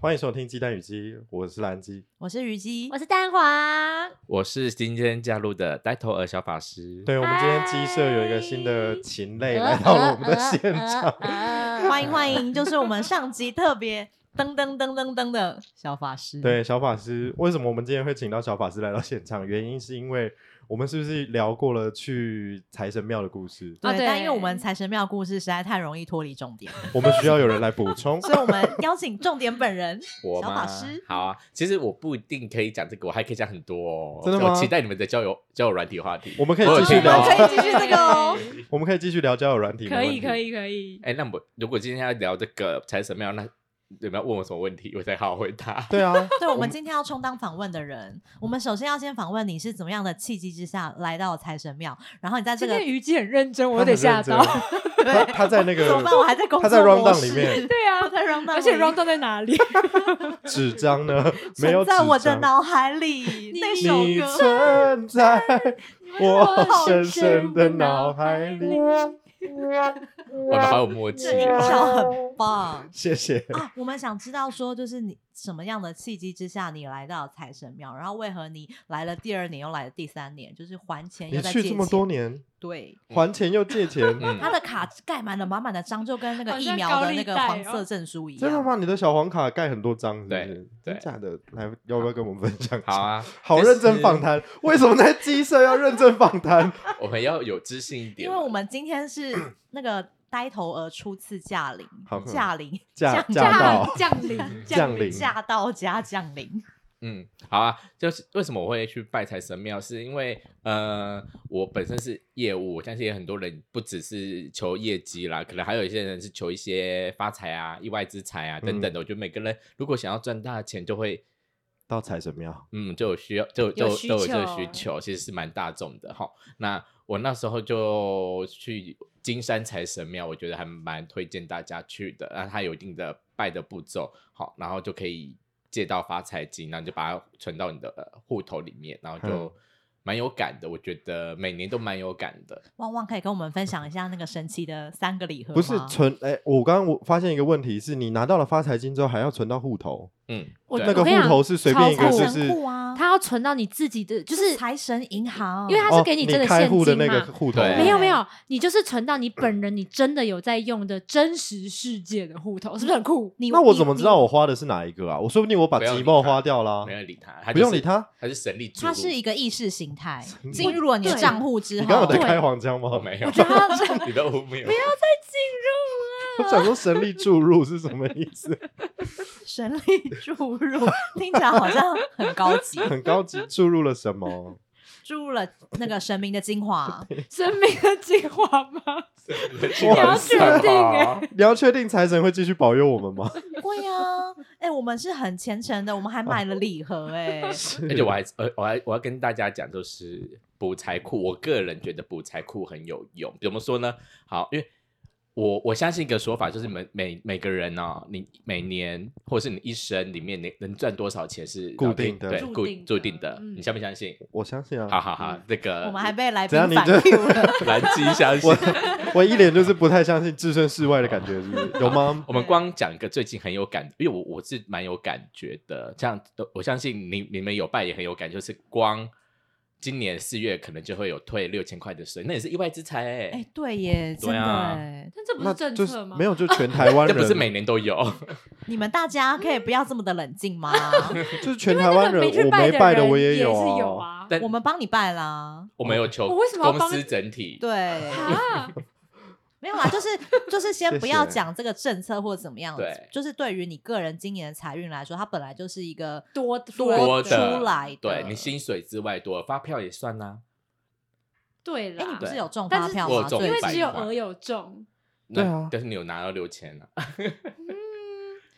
欢迎收听《鸡蛋与鸡》，我是蓝鸡。我是虞姬我，是蛋黄，我是今天加入的呆头鹅小法师。对，我们今天鸡舍有一个新的禽类哎呃来到了我们的现场。欢欢 迎欢迎，就是我们上集特别噔噔噔噔噔的小法师。，对，小法师，为什么我们今天会请到小法师来到现场？原因是因为我们是不是聊过了去财神庙的故事？对，啊对但因为我们财神庙故事实在太容易脱离重点，我们需要有人来补充。所以我 们邀请重点本人我小吗法师。好啊，其实我不一定可以讲这个，我还可以讲很多哦。真的吗我期待你们的交友交友软体话题。我们可以我有继续听聊到我们可以继续这个哦 我们可以继续聊交友软体，可以可以。以可以，哎，那我如果今天要聊这个财神庙，那有没有问我什么问题？我再好好回答。对 啊，对，我们今天要充当访问的人，我们首先要先访问你是怎么样的契机之下来到财神庙，然后你在这今个天虞姬很认真，我有他点很吓认真到。 他 他在那怎么办？我个还在工他作在 round 模 down 里式，面，对 啊我，在 round down，而且 round 里 down 在哪里？纸张呢没有存在我纸的张脑海里，你那首你歌存在 我我深深深深的的脑脑海海里里。我们好有默契哦。笑很棒。谢谢。啊，我们想知道说，就是你什么样的契机之下，你来到财神庙，然后为何你来了第二年，又来了第三年，就是还钱你又在去借这钱。么多年，对，还钱又借钱， 嗯他的卡盖满了满满的章，就跟那个好疫像苗高的利那个贷黄哦色证书一样。真的吗？你的小黄卡盖很多张，是不对是？对真假的？来，要不要跟我们分享？好，啊，好认真访，谈。为什么在鸡舍要认真访谈？我们要有知性一点因为嘛。我们今 天是那个呆头鹅初次驾临好，驾临驾降驾到降临降临驾到家降临。嗯，好啊，就是为什么我会去拜财神庙，是因为呃，我本身是业务，我相信很多人不只是求业绩啦，可能还有一些人是求一些发财啊、意外之财啊等等的。我觉得每个人如果想要赚大钱，就会到财神庙，嗯，就有需要，就就有都需有这个需求求，其实是蛮大众的哈。那我那时候就去金山财神庙，我觉得还蛮推荐大家去的。那它有一定的拜的步骤，好，然后就可以借到发财金，然后就把它存到你的呃户头里面，然后嗯就蛮有感的。我觉得每年都蛮有感的。旺旺可以跟我们分享一下那个神奇的三个礼盒吗？不是存。哎，我刚刚我发现一个问题，是你拿到了发财金之后还要存到户头，嗯，我对那个我跟你户讲头是随便一个，超酷就是库啊，他要存到你自己的，就是财神银行，因为它哦是给你真的开现户的金那个嘛。户头，对没有没有，你就是存到你本人，你真的有在用的真实世界的户头，是不是很 酷？你那我怎你么知你道我花的是哪一个啊？我说不定我把不要集理贸他花掉啦没。人理他，他不用理，他。他是神力注入。它是一个意识形态，力进入了你的对账户之你后，刚刚有在对开黄腔吗？我哦没有，我觉得他你的我没有，我想说神力注入是什么意思？神力注入， 听起来好像很高级，很高级，注入了什么？注入了那个神明的 精华。生命的计划吗？你要确定欸你要确定财神会继续保佑我们 吗？对呀，哎，我们是很虔诚的，我们还买了礼盒， 哎，而嗯且我还呃，我还我要跟大家讲，就是补财库，我个人觉得补财库很有用。怎么说呢？好，因为我我相信一个说法，就是每每每个人呢、哦你每年或是你一生里面能能赚多少钱是固定的对，注固定注的定的。嗯你相不相信？我相信好啊，好好，这个我们还被来怎宾样你反这 Q 了。蓝鸡相信我。我一脸就是不太相信置身事外的感觉，是不是？有吗？我们光讲一个最近很有感，因为我我是蛮有感觉的，像呃我相信你你们有拜也很有感，就是光今年四月可能就会有退六千块的税，那也是意外之财哎、哎，对耶，真对的啊哎，但这不那是政就是策吗？没有，就全台湾这人，不是每 年都有，你们大家可以不要这么的冷静 吗？就是全台湾人，因为那个我没去拜的人我也有是有啊。啊。但我们帮你拜啦。我们有求我为什么要公帮司整体，对，啊，没有啦，就是就是先不要谢谢讲这个政策或者怎么样，对就是对于你个人今年的财运来说，它本来就是一个多多多出的来对你薪水之外多，发票也算啊啦、 对哎，你啦不，是有中但发是票我吗？中最因为近百只有块额有中。那对啊但是你有拿到六千啊。 对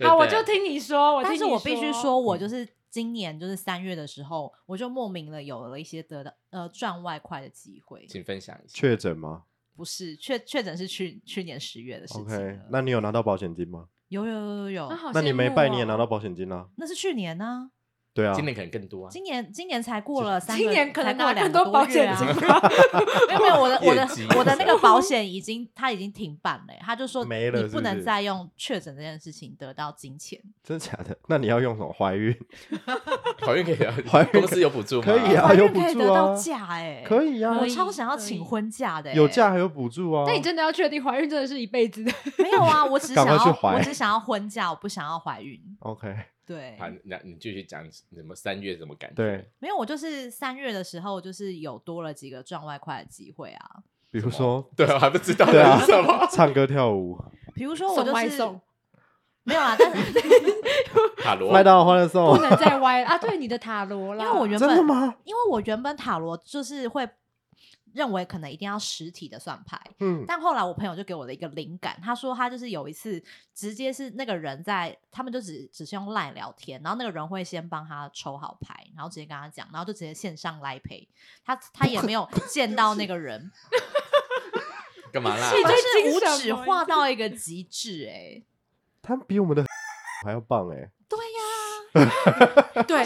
嗯好，我对就听你说，我听但你是我必须说，说，我就是今年就是三月的时候，我就莫名的有了一些得到呃赚外快的机会，请分享一下。确诊吗不是确确诊是去去年十月的事情？OK，了那你有拿到保险金吗？有有有有有，啊好那你羡没慕拜哦你也拿到保险金啦？啊那是去年呢、对啊，今年可能更多啊。今年今年才过了三个， 今年可能才过拿两更个多保多月险啊金。 吧。 没有没有， 我的我业绩的我的那个保险已经它已经停办了，他就说没了你是不不是能再用确诊这件事情得到金钱。真的假的？那你要用什么怀孕？ 怀孕可以啊怀孕，公司有补助吗？可以啊怀有孕补可以助得到啊假哎，可以啊我可以超想要可请以婚假的欸，有假还有补助啊。但你真的要确定怀孕真的是一 辈子的，没有啊？我只赶快想要去怀我只想要婚假，我不想要怀孕。 OK？对，好，那你继续讲什么三月什么感觉？对，没有，我就是三月的时候就是有多了几个赚外快的机会啊，比如说 对，我还不知道对啊是 什么。唱歌跳舞，比如说我送就外是送没有啦，但是 塔罗麦当劳欢乐颂不，能再歪了啊！对，你的塔罗啦，因为我原真的本吗？因为我原本塔罗就是会认为可能一定要实体的算牌，嗯，但后来我朋友就给我的一个灵感，他说他就是有一次直接是那个人在，他们就只只是用赖聊天，然后那个人会先帮他抽好牌，然后直接跟他讲，然后就直接线上来陪他，他也没有见到那个人，干嘛啦你？就在是惊无什纸么化到一个极致哎、 他比我们的还要棒哎。对呀、对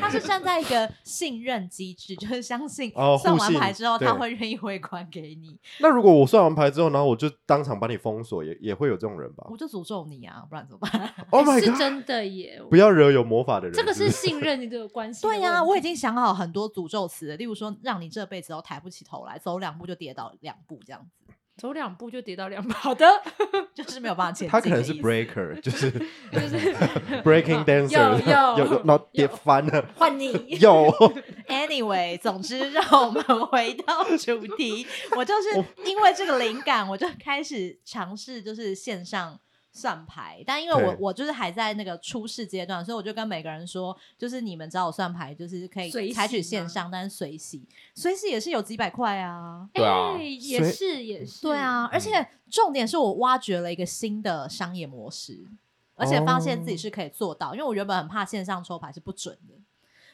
他是站在一个信任机制，就是相信哦算互完信牌之后对他会愿意回款给你，那如果我算完牌之后，然后我就当场把你封锁，也也会有这种人吧我就诅咒你啊，不然怎么办？ ？Oh my 哎是 god！真的耶。不要惹有魔法的人。这个是是不是 信任的关系的问对题。呀、我已经想好很多诅咒词了，例如说让你这辈子都抬不起头来，走两步就跌倒两步这样子， 走两步就跌到两步， 好的，就是没有办法前进。他可能是 breaker，就是就是 breaking 好 dancer，有 有然 后跌有翻了。换你。 有， Anyway，总之让我们回到主题，我就是因为这个灵感，我就开始尝试就是线上。算牌，但因为我对我就是还在那个初试阶段，所以我就跟每个人说，就是你们找我算牌，就是可随以喜采取线吗上，但是随喜，随喜也是有几百块啊。对啊哎也是也是，对，啊，嗯而且重点是我挖掘了一个新的商业模式，而且发现哦自己是可以做到，因为我原本很怕线上抽牌是不准的，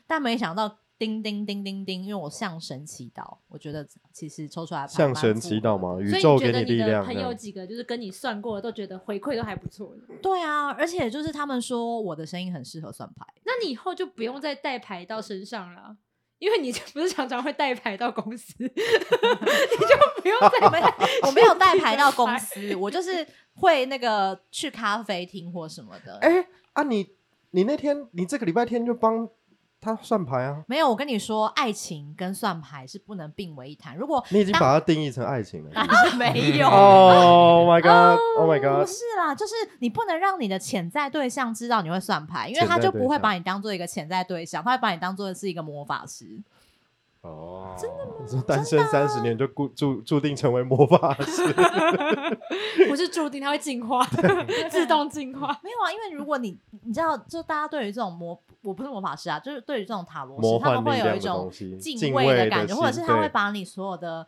但没想到叮叮叮叮叮，因为我向神祈祷，我觉得其实抽出来的牌向蛮神符祈合祷的？吗？宇所以宙你给觉得力的量。朋这友样几个就是跟你算过，都觉得回馈都还不错的。对啊，而且就是他们说我的声音很适合算牌，那你以后就不用再带牌到身上了。啊因为你不是常常会带牌到公司，你就不用再带。我没有带牌到公司，我就是会那个去咖啡厅或什么的。哎啊，你你那天你这个礼拜天就帮他算牌啊？没有，我跟你说，爱情跟算牌是不能并为一谈。如果 你已经当把它定义成爱情啊了。没有， Oh my god！Oh my 不 god！是啦，就是你不能让你的潜在对象知道你会算牌，因为潜他在就对不会象把你当做一个潜在对象，他会把你当做是一个魔法师。哦，真的吗？你说单啊身三十年就固注注定成为魔法师？ 不是注定它会进化，啊 自动进化。没有啊，因为如果你你知道，就大家对于这种魔，我不是魔法师啊，就是对于这种塔罗魔师，他幻们力会有量一的种东西，敬畏畏的的感觉，心或者是他对会把你所有的。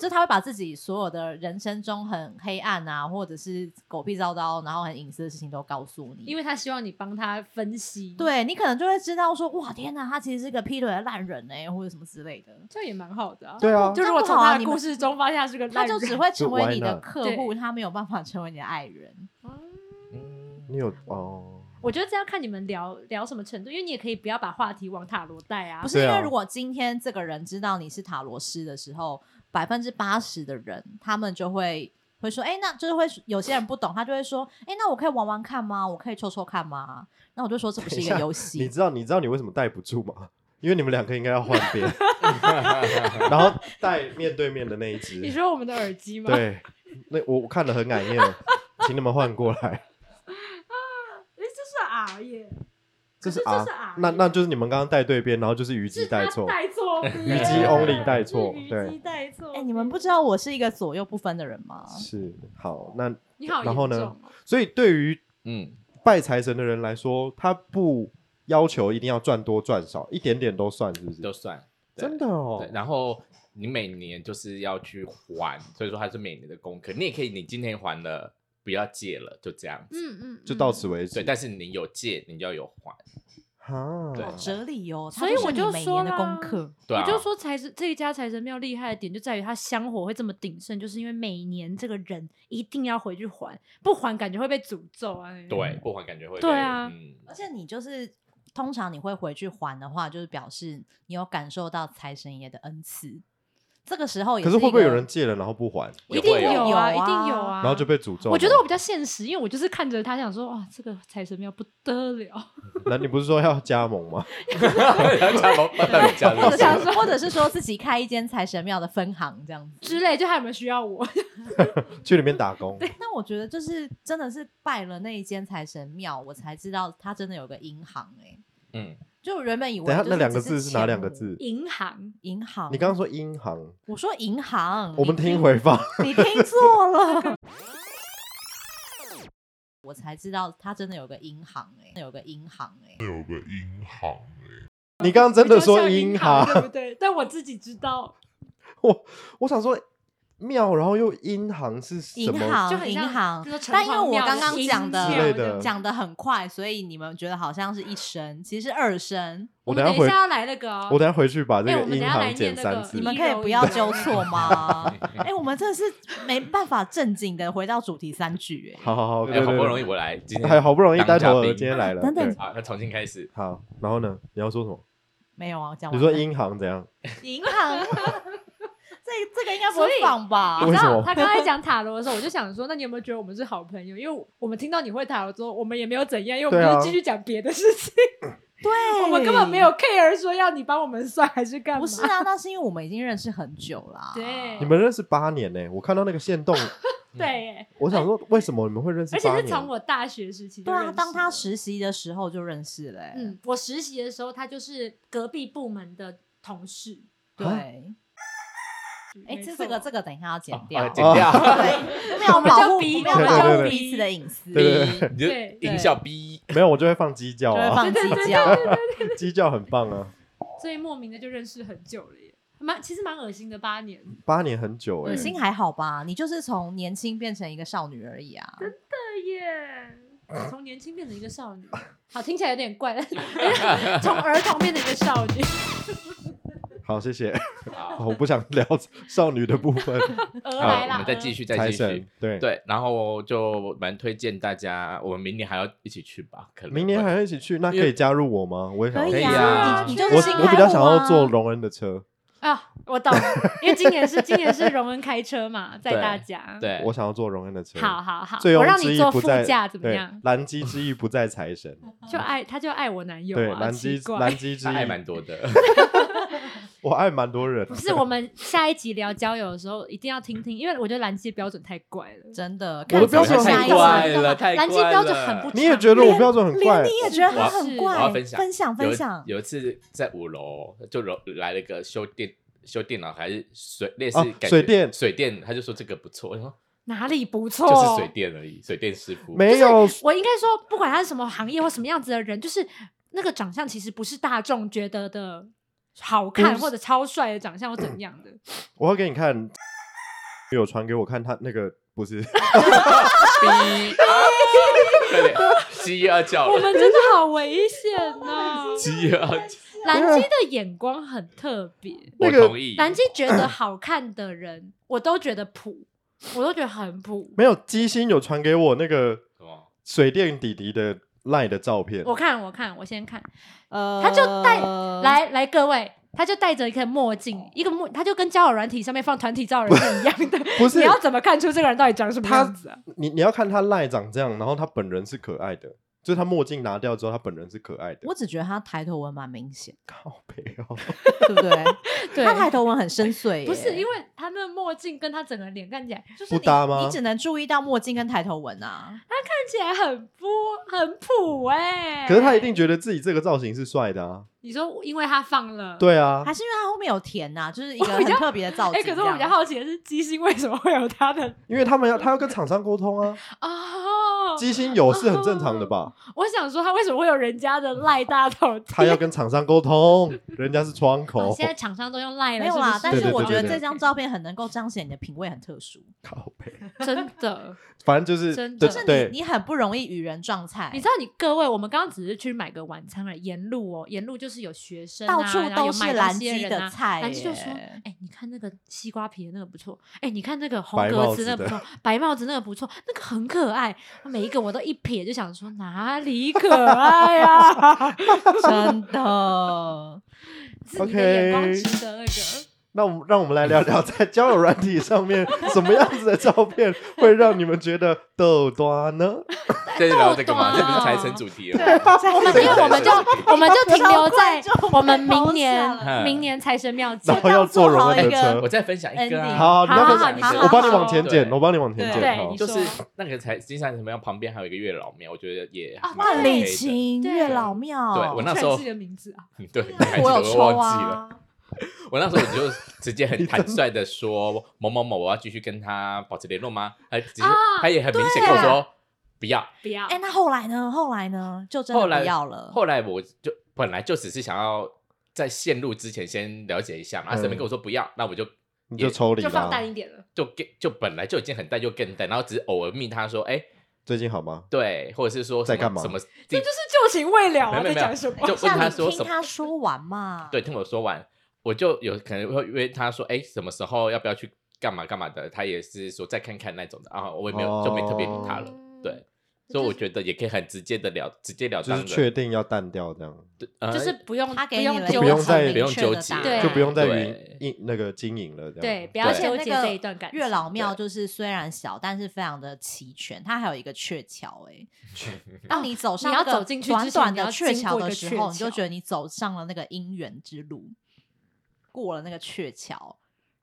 就他会把自己所有的人生中很黑暗啊，或者是狗屁叨叨，然后很隐私的事情都告诉你，因为他希望你帮他分析，，对你可能就会知道说，哇，天哪，他其实是个劈腿的烂人哎、或者什么之类的。这样也蛮好的、啊。对啊，就如果从他的故事中发现他是个他烂就人， 只会成就为 why 你的 not？客户，他没有办法成为你的爱人。你有哦，我觉得这要看你们聊聊什么程度，因为你也可以不要把话题往塔罗带啊不。是对因啊为如果今天这个人知道你是塔罗师的时候，百分之八十的人他们就会会说，哎、那就是会有些人不懂，他就会说，哎、那我可以玩玩看吗？我可以抽抽看吗？那我就说这不是一等个一下游你戏，知道你知道你为什么带不住吗？因为你们两个应该要换 边，然后带面对面的那一你只。说我们的耳机吗？对，那我我看了很感念，请你们换过 来。诶，这是 R 耶，这可是这是 R， R 那那就是你们刚刚带对边，然后就是虞姬是带他错，带错别人，虞姬 only 带错是虞对姬带错。哎、你们不知道我是一个左右不分的人吗？是好。那你好，哦然后呢？所以对于 嗯，拜财神的人来说，他不要求一定要赚多赚少，一点点都算，是不都是？算对真的哦对，，然后你每年就是要去还，所以说它是每年的功课。你也可以，你今天还了，不要借了，就这样子。嗯嗯，就到此为止。对，但是你有借，你就要有还。哈，对好哲理哦，它所以是我你就每说年的啦功课，对啊，我就说财神这一家财神庙厉害的点就在于它香火会这么鼎盛，就是因为每年这个人一定要回去还，不还感觉会被诅咒啊。那种对，不还感觉会被对啊嗯，而且你就是通常你会回去还的话，就是表示你有感受到财神爷的恩赐。这个时候也可是会一不会个有人借了然后不还，一也定会有有啊一定有啊，然后就被诅咒？我觉得我比较现实，因为我就是看着他想说，哇，这个财神庙不得 了，那你不是说要加盟吗？然后加盟到你家或的者时候，是或者是说自己开一间财神庙的分行这样子？之类，就还有没有需要我？ 去里面打工，那我觉得就是真的是拜了那一间财神庙，我才知道它真的有个银行哎、嗯，？就我原本以为等一下就是那两只个字是钱哪两个而已？字？银行嗯银行。你刚刚说银行，我说银行，我们听回 放。你听 错了。我才知道它真的有个银行哎、有个银行哎、你刚刚真的说银银行，对不对？但我自己知道，我想说庙，然后又银行是什银么？就行，很银像行比如说。城但因为隍我庙刚刚银讲之类的的讲的很快，所以你们觉得好像是一声，其实是二声。我们等一下等一回，下要来那个哦，我等一下回去把哎这我个们银等一下来行念减那个三次你一。们可以楼不一要楼纠错 吗哎、我们真的是没办法正经的回到主题三句、哎，好好哦好，对哎对好对哎不容易我来，今天还好不容易当单嘉头鹅宾今天来 了，等等对好，那重新开始。好，然后呢？你要说什么？没有啊，讲你完说了银行怎样？银 行，这这个应该不所会以放吧你？为啊知什么道他刚才讲塔罗的时候，我就想说，那你有没有觉得我们是好朋友？因为我们听到你会塔罗之后，我们也没有怎样，因为我们对啊就是继续讲别的事情，对，我们根本没有。care 说要你帮我们算还是干嘛。不是啊，那是因为我们已经认识很久啦。对你们认识八年呢？我看到那个线动，对耶，我想说为什么你们会认识而且八是从嗯年？我大学时期就对认识啊，了。当他实习的时候就认识了、哎嗯，我实习的时候，他就是隔壁部门的同事。对。啊哎、没这错这个这个等一下要剪哦掉，啊，剪 哦掉，对，没有我们保就护，逼没有我们保就护逼彼此的隐私，对对你就对音效逼，没有，我就会放鸡叫就会啊，放鸡叫。 鸡叫很棒啊，所以莫名的就认识很久了耶，蛮其实蛮恶心的八年。八年很久哎恶。嗯心还好吧？你就是从年轻变成一个少女而已啊。对耶， 从年轻变成一个少女， 好听起来有点 怪，但是从儿童变成一个少女。好，谢谢。 好，我不想聊少女的部分， 鹅我来啦，嗯们再继鹅。续， 再财继续神。对，对，然后就蛮推荐大家，我们明年还要一起去吧？可能明年会还要一起去，那可以加入我吗？我也想可要以以啊啊，你你就我是新我比较开想户啊要坐龙恩的车，啊，我懂，因为今年是今年是荣恩开车嘛，在对大家。，对，我想要坐荣恩的车。好，好好，醉我翁让之你意坐不副在驾怎么对样？蓝鸡之意不在财 神，就爱他就爱我男友对，啊，蓝鸡奇怪蓝鸡之他意爱蛮多的，我爱蛮多人不，是我们下一集聊交友的时候一定要听听，因为我觉得蓝鸡的标准太怪了。真的，我的标准看很一下怪一下了太蓝鸡怪标准了很不，你也觉得我标准很连怪你？也觉得他我很要怪，我要分享分享有分一享有一次在五楼，就楼来了一个修电修电脑还是水类似哦感觉水电水电，他就说这个不错，我说哪里不错？就是水电而已，水电师傅。没有，我应该说，不管他是什么行业或什么样子的人，就是那个长相其实不是大众觉得的好看或者超帅的长相或怎样 的。我要给你看， 有传给我看他那个不是， 逼啊！ 对对，鸡要叫我了，们真的好危险 呐、鸡要叫，啊蓝鸡的眼光很特别，那我个同意。蓝鸡觉得好看的人，我都觉得普，我都觉得很普。没有鸡心有传给我那个什么？水电弟弟的赖的照片，我看，我看，我先看，呃哦他就带 来来各位。他就戴着一个墨镜，一个墨，他就跟交友软体上面放团体照的人是一样的。不是你要怎么看出这个人到底长什么他样子啊？你你要看他赖长这样，然后他本人是可爱的，就是他墨镜拿掉之后，他本人是可爱的。我只觉得他抬头纹蛮明显，靠背哦，对 不对？对他抬头纹很深邃耶，不是因为他那个墨镜跟他整个脸看起来就是不你搭吗你只能注意到墨镜跟抬头纹啊。看起来很不很普哎、可是他一定觉得自己这个造型是帅的啊。你说，因为他放了对啊，还是因为他后面有填呐、就是一个我很比较特别的造哎、型这可样。是我比啊较好奇的是，基星为什么会有他的因为他们要他要跟厂商沟通啊，哦？机芯有是很正常的吧？我想说他为什么会有人家的赖大头贴？他要跟厂商沟通，人家是窗 哦口。现在厂商都用赖了，没有啦，不但对是对我对觉得对这张照片很能够彰显你的品味很特殊，靠背， 真的，反正就是真对的就是对你你很不容易与人撞菜嗯哎你，知道你各位，我们刚刚只是去买个晚餐而已，沿路哦，沿路就是有学生、啊，到处然后都有是买蓝东西鸡人啊的菜蓝鸡就说：“耶哎、你看那个西瓜皮的那个不错，哎、你看那个红白帽格子子那个的不错，白帽子那个不错，那个很可爱，每一个我都一瞥就想说哪 里可爱啊呀、真 的，自己的眼光 OK 值得那个。 那我们让我们来聊聊在交友软体上面 什么样子的照片会让你们觉得豆多呢？在聊这个吗？豆这豆啊不是财神主题了吗？我们因为我们就我们就停留 在超快就我们明年抛 下了明年财神庙见然。后要坐容的车我。再分享一个啊， Ending 好，你要分好享好一好个，好我帮你往前好剪，对我帮你往前对剪。好你，就是说那个财金山神庙旁边还有一个月老庙，我觉得也啊蛮 OK 的李晴对月老庙，对我那时虽然候自己的名字啊， 对，你还记我得有我抽忘记了。啊，我那时候我就直接很坦率的说，某某某，我要继续跟他保持联络吗？他只是啊他也很明显跟我说不要。不要哎，那后来呢？后来呢？就真的后来不要了。后来我就本来就只是想要在线路之前先了解一下嘛，嗯啊，沈明跟我说不要，那我就你就抽离就放啦。淡一点了。就跟就本来就已经很淡就更淡，然后只是偶尔密他说，哎，最近好吗？对，或者是说什在么干嘛什么这地就，是旧情未了啊，没在有没有讲什么？就像问他你说听什么他说完嘛，对，听我说完，我就有可能会约他说，哎，什么时候要不要去干嘛干嘛的，他也是说再看看那种的啊，我也没有就没特别理他了，哦对。所以我觉得也可以很直接的了，直截了就当是的，确定要淡掉这样，呃就是不用他给不你用了一纠个不用很再明不用确纠的结答对案就不用再对云印那个经营了。这对，样。不要而且纠那结个这一段感情。月老庙对就是虽然小，但是非常的齐全，它还有一个鹊 桥哎。当你走上哦你要那个走进去之短前短你要的鹊经桥过一的个时鹊候，你就桥觉得你走上了那个姻缘之路，过了那个鹊桥，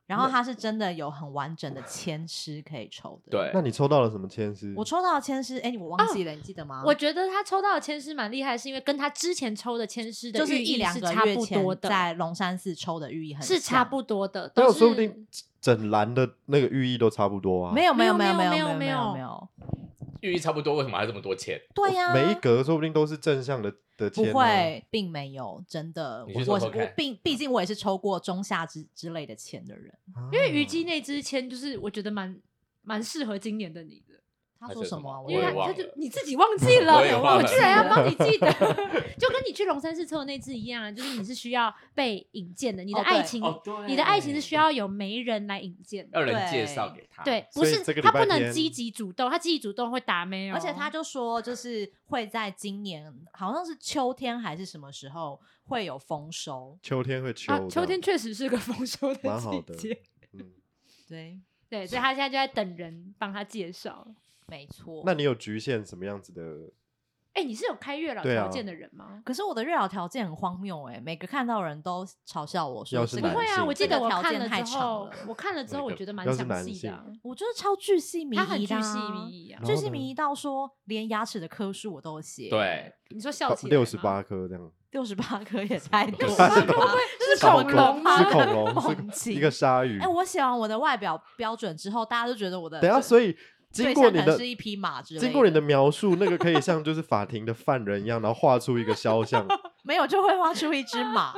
然后它是真的有很完整的签诗可以抽的。，对那，你抽到了什么签诗？我抽到的签诗，哎，我忘记了，你记得吗？啊我觉得他抽到的签诗蛮厉害，是因为跟他之前抽的签诗的就是寓意一两是个差月不多前的，在龙山寺抽的寓意很是差像不多的，没有，都是说不定整栏的那个寓意都差不多啊。没有没有没有有没没有有没没有没有，寓意差不多，为什么还这么多钱？对呀，啊每一格说不定都是正向的的不签啊。会，并没有，真的。你我去我抽我抽看毕毕竟我也是抽过中下之之类的钱的人。啊，因为虞嗯姬那支签就是我觉得蛮蛮适合今年的你的，他还说是什什么啊？么我我因也为也他忘忘他了就你自己忘 记了，我也忘了居然要帮你记得， 就跟你去龙山寺抽的那次一样啊，就是你是需要被引荐的，你的哦对爱情，哦，对你的爱情是需要有媒人来引荐的，要人介绍给他，对，不所以是这个礼他拜不能天积极主动，他积极主动会打哦没有，而且他就说，就是会在今年，好像是秋天还是什么时候会有丰收。秋天会秋啊，的，秋天确实是个 丰收蛮好季的节。嗯。对，对，所以他现在就在等人帮他介绍。没错。那你有局限什么样子的？哎、你是有开月老对啊条件的人吗？可是我的月老条件很荒谬哎，每个看到人都嘲笑我说要是这个不男会啊，性我记这得个我条看件太了之长后了，我看了之后，我觉得蛮要是详男细的啊、我就是超巨细靡他很遗的巨啊，细靡遗啊。然巨后细呢靡遗到说连牙齿的颗数我都有写，对，你说笑起来吗六十，八颗这样，六十八颗也太多68了颗吧，是小恐恐龙啊吗？是恐龙，猛是禽一个鲨鱼哎、。我写完我的外表标准之后，大家都觉得我的等一下，所以经对过象你可的能是一匹马之类经过你的描述，那个可以像就是法庭的犯人一样，然后画出一个肖 像。没有就会画出一 只马，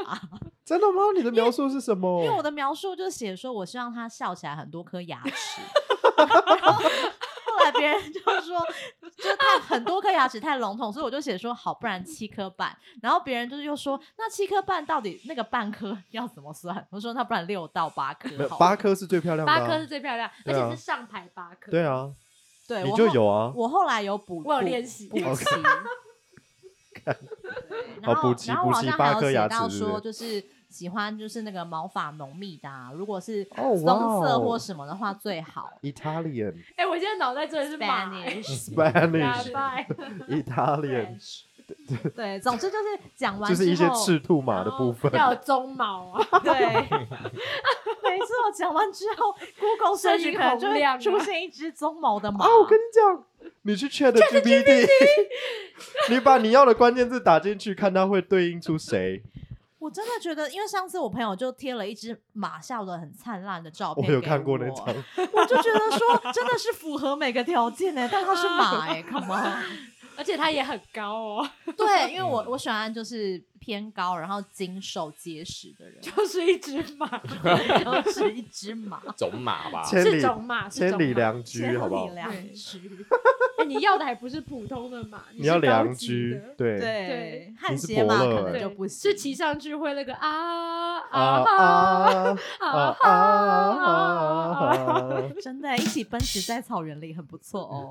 真的吗？你的描述是什么？因为我的描述就写说我希望它笑起来很多颗牙 齿，然后后来别人就说就太很多颗牙齿太笼统，所以我就写说好，不然七颗半，然后别人就是又说那七颗半到底那个半颗要怎么算？我说那不然六到八颗没有好了，八颗是最漂亮的啊，八颗是最漂亮，而对啊且是上排八颗。对，啊，对，你我就后有啊。我后来有补，我有补练习补 好习。对好然后哦补，习然后补我好习像八还有颗写牙齿到是不是说，就是喜欢就是那个毛发浓密的啊，如果是哦棕哇哦色或什么的话最好。 Italian, 哎、我现在脑袋真的是马、欸。 Spanish， Spanish, 拜 Italian，对，总之就是讲完就是之一些后赤兔马的部分。哦要有鬃毛啊， 对，每次我讲完之后，Google 声音 search 可能就洪亮啊会出现一只鬃毛的马。啊，我跟你讲，你去 Chat GPT，你 把你要的关键字打进去，看它会对应出谁。我真的觉得，因为上次我朋友就贴了一只马笑的很灿烂的照我片，有看过那张，， 我就觉得说真的是符合每个条件呢、但它是 马哎、干 come on。而且它也很高哦，对，因为嗯我我喜欢就是偏高，然后精瘦结实的人，就是一只马，然后是一 只马，种马吧，千是里种啊马，是种千里马良千驹，好不好里？良居，哎、你要的还不是普通的马，你要是高良级驹的，对。对对，汗你是血马伯乐哎可能对，就不是行。骑上去会那个啊啊啊啊啊啊哈啊啊！啊！啊！ 真的，一起奔驰在草原里很不错哦。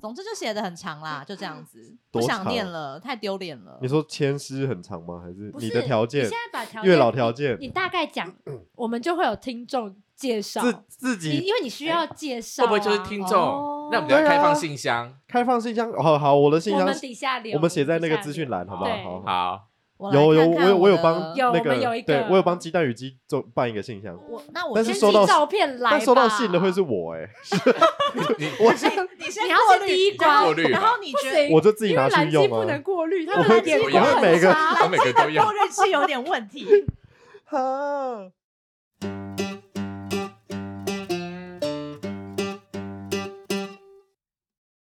总之就写的很长啦，就这样子，不多想长念了，太丢脸了你。说签诗很长吗？还是不你是的条你件现在把条月老件条件你大概讲，我们就会有听众介绍。自自你己哎因为你需要介绍、会啊，不会就是听哦众？那我们等下对开啊放信箱，开放信箱？好好，我的信我箱们底下留，我们写在那底个下资讯留栏，好不好？对好好。好，我来有有，看看我有我有的帮有那我们有一个，个对我有帮鸡蛋与鸡做办一个信箱，我，那我但是先收先到寄照片来吧，但收到信的会是我哎，我 你先你要过先滤第一然后关然后你不觉行得我就自己因为拿去蓝用机不啊能过滤，他我们会蓝机我过也会很 每个差我每个都要过。滤器有点问题？哈。